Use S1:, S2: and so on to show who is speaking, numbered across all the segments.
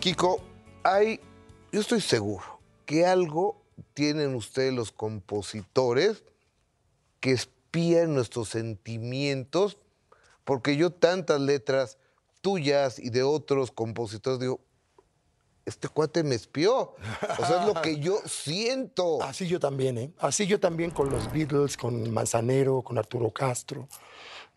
S1: Kiko, hay, yo estoy seguro que algo tienen ustedes los compositores que espían nuestros sentimientos, porque yo tantas letras tuyas y de otros compositores digo, este cuate me espió. O sea, es lo que yo siento.
S2: Así yo también, ¿eh? Así yo también con los Beatles, con Manzanero, con Arturo Castro,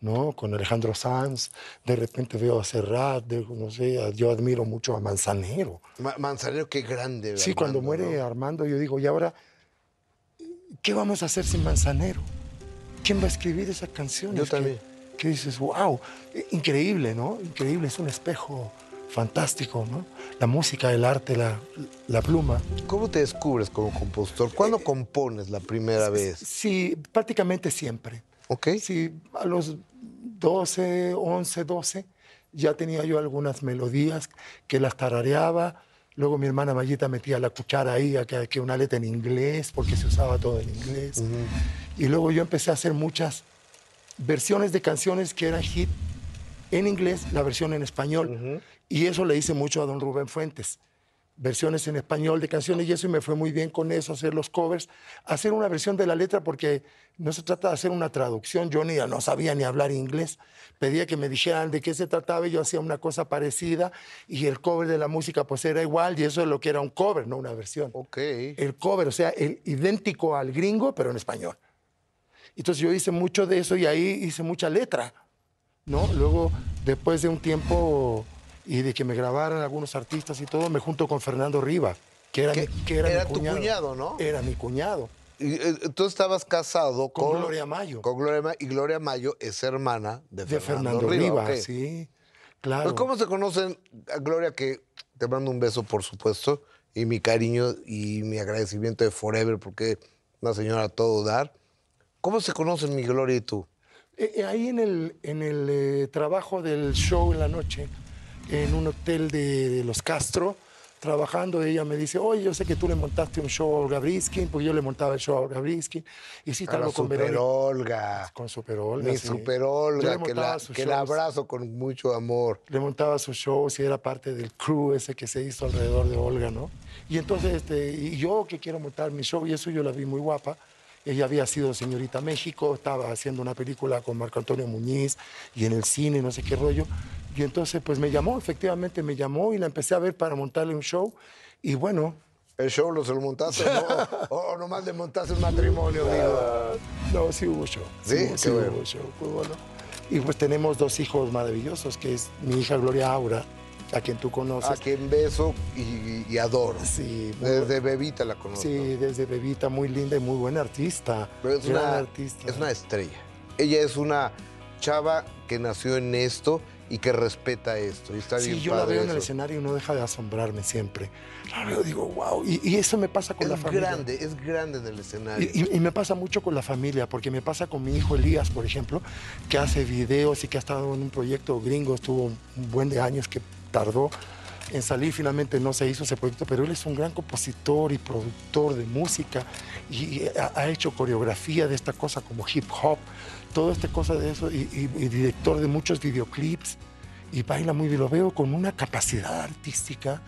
S2: ¿no? Con Alejandro Sanz. De repente veo a Serrat, de- no sé, a- yo admiro mucho a Manzanero.
S1: Ma- Manzanero, qué grande.
S2: Sí, cuando
S1: Armando,
S2: muere
S1: ¿no?
S2: Armando, yo digo, ¿y ahora qué vamos a hacer sin Manzanero? ¿Quién va a escribir esa canción?
S1: Yo también.
S2: Que, que dices, wow, eh, increíble, ¿no? Increíble, es un espejo fantástico, ¿no? La música, el arte, la, la pluma.
S1: ¿Cómo te descubres como compositor? ¿Cuándo compones la primera vez?
S2: Eh, Sí, prácticamente siempre.
S1: ¿Ok?
S2: Sí, a los 12, 11, 12, ya tenía yo algunas melodías que las tarareaba. Luego mi hermana Mayita metía la cuchara ahí, a que, a que una letra en inglés, porque se usaba todo en inglés. Y luego yo empecé a hacer muchas versiones de canciones que eran hit en inglés, la versión en español. Y eso le hice mucho a don Rubén Fuentes. Versiones en español de canciones y eso, y me fue muy bien con eso, hacer los covers, hacer una versión de la letra, porque no se trata de hacer una traducción. Yo ni, no sabía ni hablar inglés. Pedía que me dijeran de qué se trataba y yo hacía una cosa parecida, y el cover de la música pues era igual, y eso es lo que era un cover, no una versión
S1: Ok.
S2: el cover, o sea, el idéntico al gringo, pero en español. Entonces yo hice mucho de eso y ahí hice mucha letra, ¿no? Luego, después de un tiempo y de que me grabaran algunos artistas y todo, me junto con Fernando Riva, que era,
S1: Que-
S2: mi, que era mi
S1: era tu
S2: cuñado.
S1: cuñado, ¿no?
S2: Era mi cuñado,
S1: Y, eh, tú estabas casado
S2: con
S1: con,
S2: Gloria Mayo,
S1: con Gloria Mayo. Y Gloria Mayo es hermana de,
S2: de
S1: Fernando,
S2: Fernando, Riva,
S1: ok.
S2: sí, claro.
S1: Pues, ¿Cómo se conocen a Gloria? Que te mando un beso, por supuesto, y mi cariño y mi agradecimiento de Forever, porque una señora a todo dar. ¿Cómo se conocen mi Gloria y tú?
S2: Eh, eh, ahí en el, en el eh, trabajo del show en la noche, en un hotel de, de Los Castro, trabajando, ella me dice, oye, yo sé que tú le montaste un show a Olga Briskin, porque yo le montaba el show a Olga Briskin. Hiciste
S1: A la
S2: algo con
S1: Super
S2: Verónica.
S1: Olga.
S2: Con Super Olga.
S1: Mi
S2: sí.
S1: Super
S2: Yo le
S1: Olga, que,
S2: montaba
S1: la,
S2: sus
S1: que la
S2: shows.
S1: abrazo con mucho amor.
S2: Le montaba sus shows y era parte del crew ese que se hizo alrededor de Olga, ¿no? Y entonces, este, y yo que quiero montar mi show, y eso yo la vi muy guapa. Ella había sido señorita México, estaba haciendo una película con Marco Antonio Muñiz y en el cine, no sé qué rollo. Y entonces, pues me llamó, efectivamente me llamó y la empecé a ver para montarle un show. Y bueno,
S1: ¿El show lo se lo montaste o no? ¿O o nomás le montaste un matrimonio? Digo.
S2: No, sí hubo show.
S1: Ah. ¿Sí?
S2: hubo-
S1: Qué
S2: sí
S1: bueno.
S2: hubo show. fue bueno. Y pues tenemos dos hijos maravillosos, que es mi hija Gloria Aura, a quien tú conoces.
S1: A quien beso y, y adoro.
S2: Sí, muy
S1: Desde bebita la conozco.
S2: Sí, desde bebita, muy linda y muy buena artista.
S1: Pero es
S2: gran
S1: una,
S2: artista.
S1: es una estrella. Ella es una chava que nació en esto y que respeta esto. Y está
S2: Sí,
S1: bien
S2: yo la
S1: padre
S2: veo en el
S1: eso.
S2: escenario y no deja de asombrarme siempre. La veo, digo, wow. Y, y eso me pasa con la
S1: es
S2: familia.
S1: grande, es grande en el escenario.
S2: Y, y- y me pasa mucho con la familia, porque me pasa con mi hijo Elías, por ejemplo, que hace videos y que ha estado en un proyecto gringo, estuvo un buen de años que tardó en salir, finalmente no se hizo ese proyecto, pero él es un gran compositor y productor de música y, y ha, ha hecho coreografía de esta cosa como hip hop, toda esta cosa de eso, y, y- y director de muchos videoclips, y baila muy bien, lo veo con una capacidad artística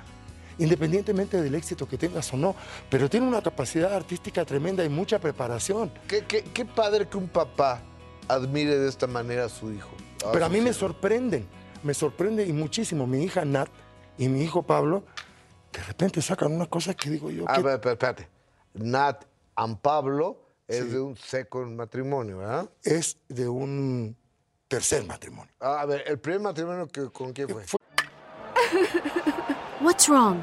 S2: independientemente del éxito que tengas o no, pero tiene una capacidad artística tremenda y mucha preparación.
S1: qué, qué- qué padre que un papá admire de esta manera a su hijo. Ah,
S2: Pero a mí me
S1: sorprende.
S2: sorprenden, me sorprende y muchísimo. Mi hija Nat y mi hijo Pablo, de repente sacan una cosa que digo yo,
S1: Ah,
S2: ¿qué-
S1: pero- pero espérate. Nat and Pablo es
S2: Sí.
S1: de un second matrimonio, ¿verdad?
S2: es de un tercer matrimonio.
S1: Ah, A ver, el primer matrimonio que, con quién fue.
S3: What's wrong?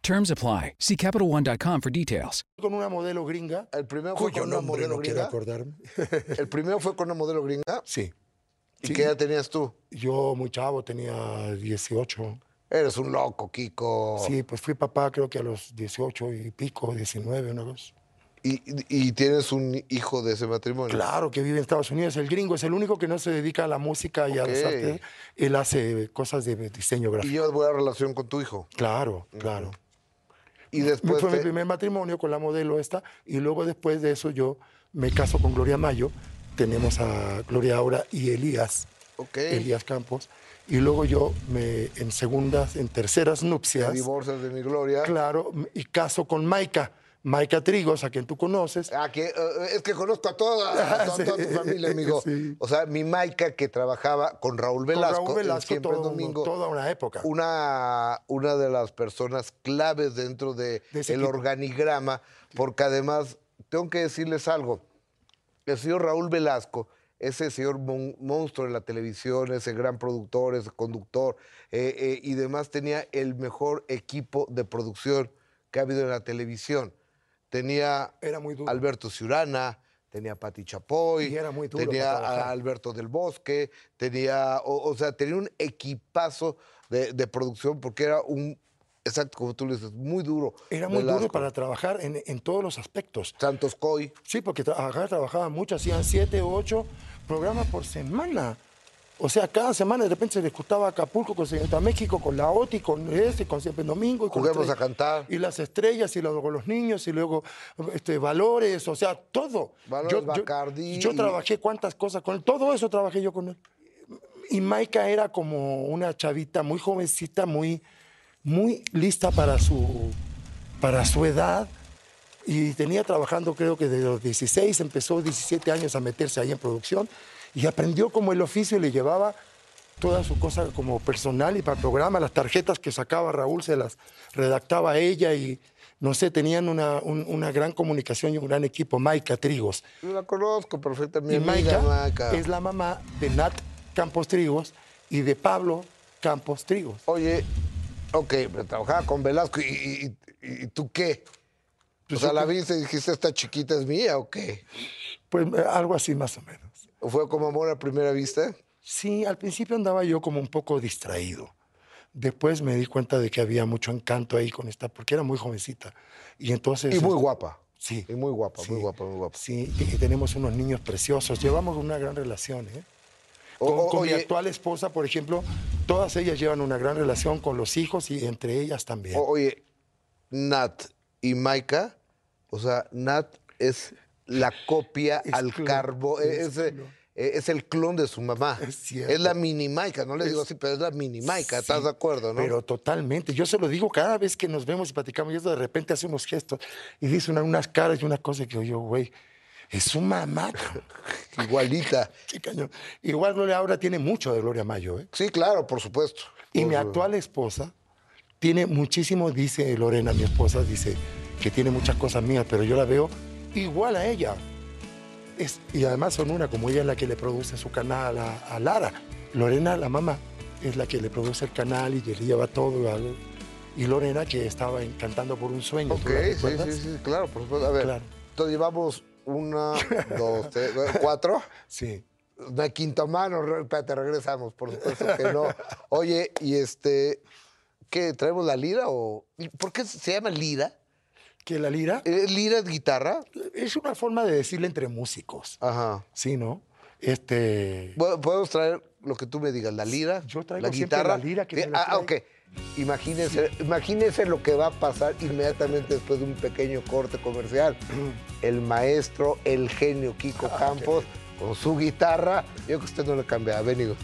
S4: Terms apply. See CapitalOne.com for details.
S2: Con una modelo gringa.
S1: El primero fue
S2: cuyo
S1: con una
S2: nombre
S1: modelo
S2: no quiero
S1: gringa.
S2: acordarme.
S1: El primero fue con una modelo gringa.
S2: sí.
S1: ¿Y qué edad tenías tú?
S2: Yo muy chavo, tenía 18.
S1: Eres un loco, Kiko.
S2: Sí, pues fui papá creo que a los 18 y pico, 19, una cosa.
S1: Y, y tienes un hijo de ese matrimonio.
S2: Claro, que vive en Estados Unidos. El gringo es el único que no se dedica a la música y a las
S1: Ok.
S2: artes. Él hace cosas de diseño
S1: Y
S2: gráfico.
S1: llevas buena relación con tu hijo.
S2: Claro, claro.
S1: Y después.
S2: fue mi
S1: Pues te-
S2: primer matrimonio con la modelo esta y luego después de eso yo me caso con Gloria Mayo. Tenemos a Gloria Aura y Elías,
S1: Ok.
S2: Elías Campos. Y luego yo me, en segundas, en terceras
S1: Te
S2: nupcias,
S1: divorcias de mi gloria.
S2: claro, m- y caso con Maika, Maika Trigos, a quien tú conoces.
S1: Ah, que, eh, es que conozco a toda, a toda-
S2: Ah, Sí.
S1: toda tu familia, amigo.
S2: Sí.
S1: O sea, mi Maica que trabajaba con Raúl
S2: Con
S1: Velasco,
S2: Raúl
S1: en
S2: Velasco
S1: siempre
S2: todo un-
S1: domingo.
S2: toda una época.
S1: una, una de las personas claves dentro de,
S2: De ese
S1: el
S2: equipo.
S1: organigrama, porque además tengo que decirles algo. El señor Raúl Velasco, ese señor mon- monstruo de la televisión, ese gran productor, ese conductor eh, eh, y demás, tenía el mejor equipo de producción que ha habido en la televisión. Tenía
S2: Era muy duro.
S1: Alberto Ciurana, tenía Pati Chapoy,
S2: Y era muy duro
S1: tenía
S2: para
S1: a
S2: trabajar.
S1: Alberto del Bosque, tenía, o, o sea, tenía un equipazo de, de producción porque era un, exacto como tú le dices, muy duro.
S2: Era muy
S1: Velasco.
S2: duro para trabajar en, en todos los aspectos.
S1: Santos Coy.
S2: Sí, porque tra- acá trabajaban mucho, hacían siete o ocho programas por semana. O sea, cada semana de repente se les gustaba Acapulco con Señorita México, con la OTI, con este, con Siempre Domingo. Y con
S1: Juguemos
S2: Estrella-
S1: a cantar.
S2: Y las estrellas, y luego los niños, y luego este, valores, o sea, todo.
S1: Valores, Bacardí
S2: Yo,
S1: y-
S2: trabajé cuántas cosas con él, todo eso trabajé yo con él. Y Maika era como una chavita muy jovencita, muy, muy lista para su, para su edad. Y tenía trabajando, creo que desde los 16, empezó 17 años a meterse ahí en producción y aprendió como el oficio y le llevaba toda su cosa como personal y para el programa, las tarjetas que sacaba Raúl se las redactaba ella y no sé, tenían una, un- una gran comunicación y un gran equipo, Maica Trigos.
S1: Yo la conozco perfectamente.
S2: y
S1: Mi amiga
S2: Maica
S1: Maica.
S2: es la mamá de Nat Campos Trigos y de Pablo Campos Trigos.
S1: Oye, ok, pero trabajaba con Velasco y, y- y- y tú qué? O sea, la viste y dijiste, esta chiquita es mía o qué?
S2: Pues eh, algo así más o menos.
S1: ¿O fue como amor a primera vista?
S2: Sí, al principio andaba yo como un poco distraído. Después me di cuenta de que había mucho encanto ahí con esta, porque era muy jovencita. Y entonces...
S1: Y muy
S2: este,
S1: guapa.
S2: Sí.
S1: Y muy guapa,
S2: sí,
S1: muy guapa, muy guapa.
S2: Sí, y que tenemos unos niños preciosos. Llevamos una gran relación, ¿eh?
S1: O-
S2: Con,
S1: o-
S2: con mi
S1: oye,
S2: actual esposa, por ejemplo, todas ellas llevan una gran relación con los hijos y entre ellas también.
S1: O- oye, Nat y Maika, o sea, Nat es la copia
S2: Es
S1: al
S2: clon,
S1: carbo, e-
S2: es
S1: es, eh,
S2: clon.
S1: eh, es el clon de su mamá.
S2: Es cierto.
S1: la mini Maika, no le digo
S2: Es-
S1: así, pero es la mini Maika,
S2: Sí,
S1: ¿estás de acuerdo, no?
S2: Pero totalmente. Yo se lo digo cada vez que nos vemos y platicamos, y eso de repente hace unos gestos y dice una- unas caras y una cosa que yo, güey, es su mamá. cabrón.
S1: Igualita.
S2: Qué cañón. Igual Gloria ahora tiene mucho de Gloria Mayo, ¿eh?
S1: Sí, claro, por supuesto.
S2: Y
S1: Por
S2: mi
S1: su-
S2: actual esposa tiene muchísimo, dice Lorena, mi esposa, dice que tiene muchas cosas mías, pero yo la veo igual a ella. Es- y además son una, como ella es la que le produce su canal a, a Lara. Lorena, la mamá, es la que le produce el canal y que le lleva todo. al- y Lorena, que estaba en Cantando por un sueño. ¿tú
S1: Ok,
S2: la
S1: sí,
S2: recuerdas?
S1: sí, sí, claro, por supuesto. A ver,
S2: Claro.
S1: entonces llevamos una, dos, tres, cuatro.
S2: Sí.
S1: Una quinta mano, re- espérate, regresamos, por supuesto que no. Oye, y este, ¿qué? ¿Traemos la lira o...? ¿Y ¿Por qué se llama lira?
S2: Que la lira
S1: ¿Eh, ¿Lira es guitarra?
S2: es una forma de decirle entre músicos.
S1: Ajá.
S2: Sí, ¿no? Este.
S1: Bueno, ¿Podemos traer lo que tú me digas? ¿La lira?
S2: Yo traigo
S1: ¿La
S2: siempre
S1: guitarra?
S2: la lira que
S1: Sí,
S2: me la
S1: Ah, ok.
S2: trae.
S1: Imagínense, imagínense lo que va a pasar inmediatamente después de un pequeño corte comercial. El
S2: Ah,
S1: maestro, el genio Kiko Campos, con su guitarra. Yo creo que usted no le cambia. Ha venido.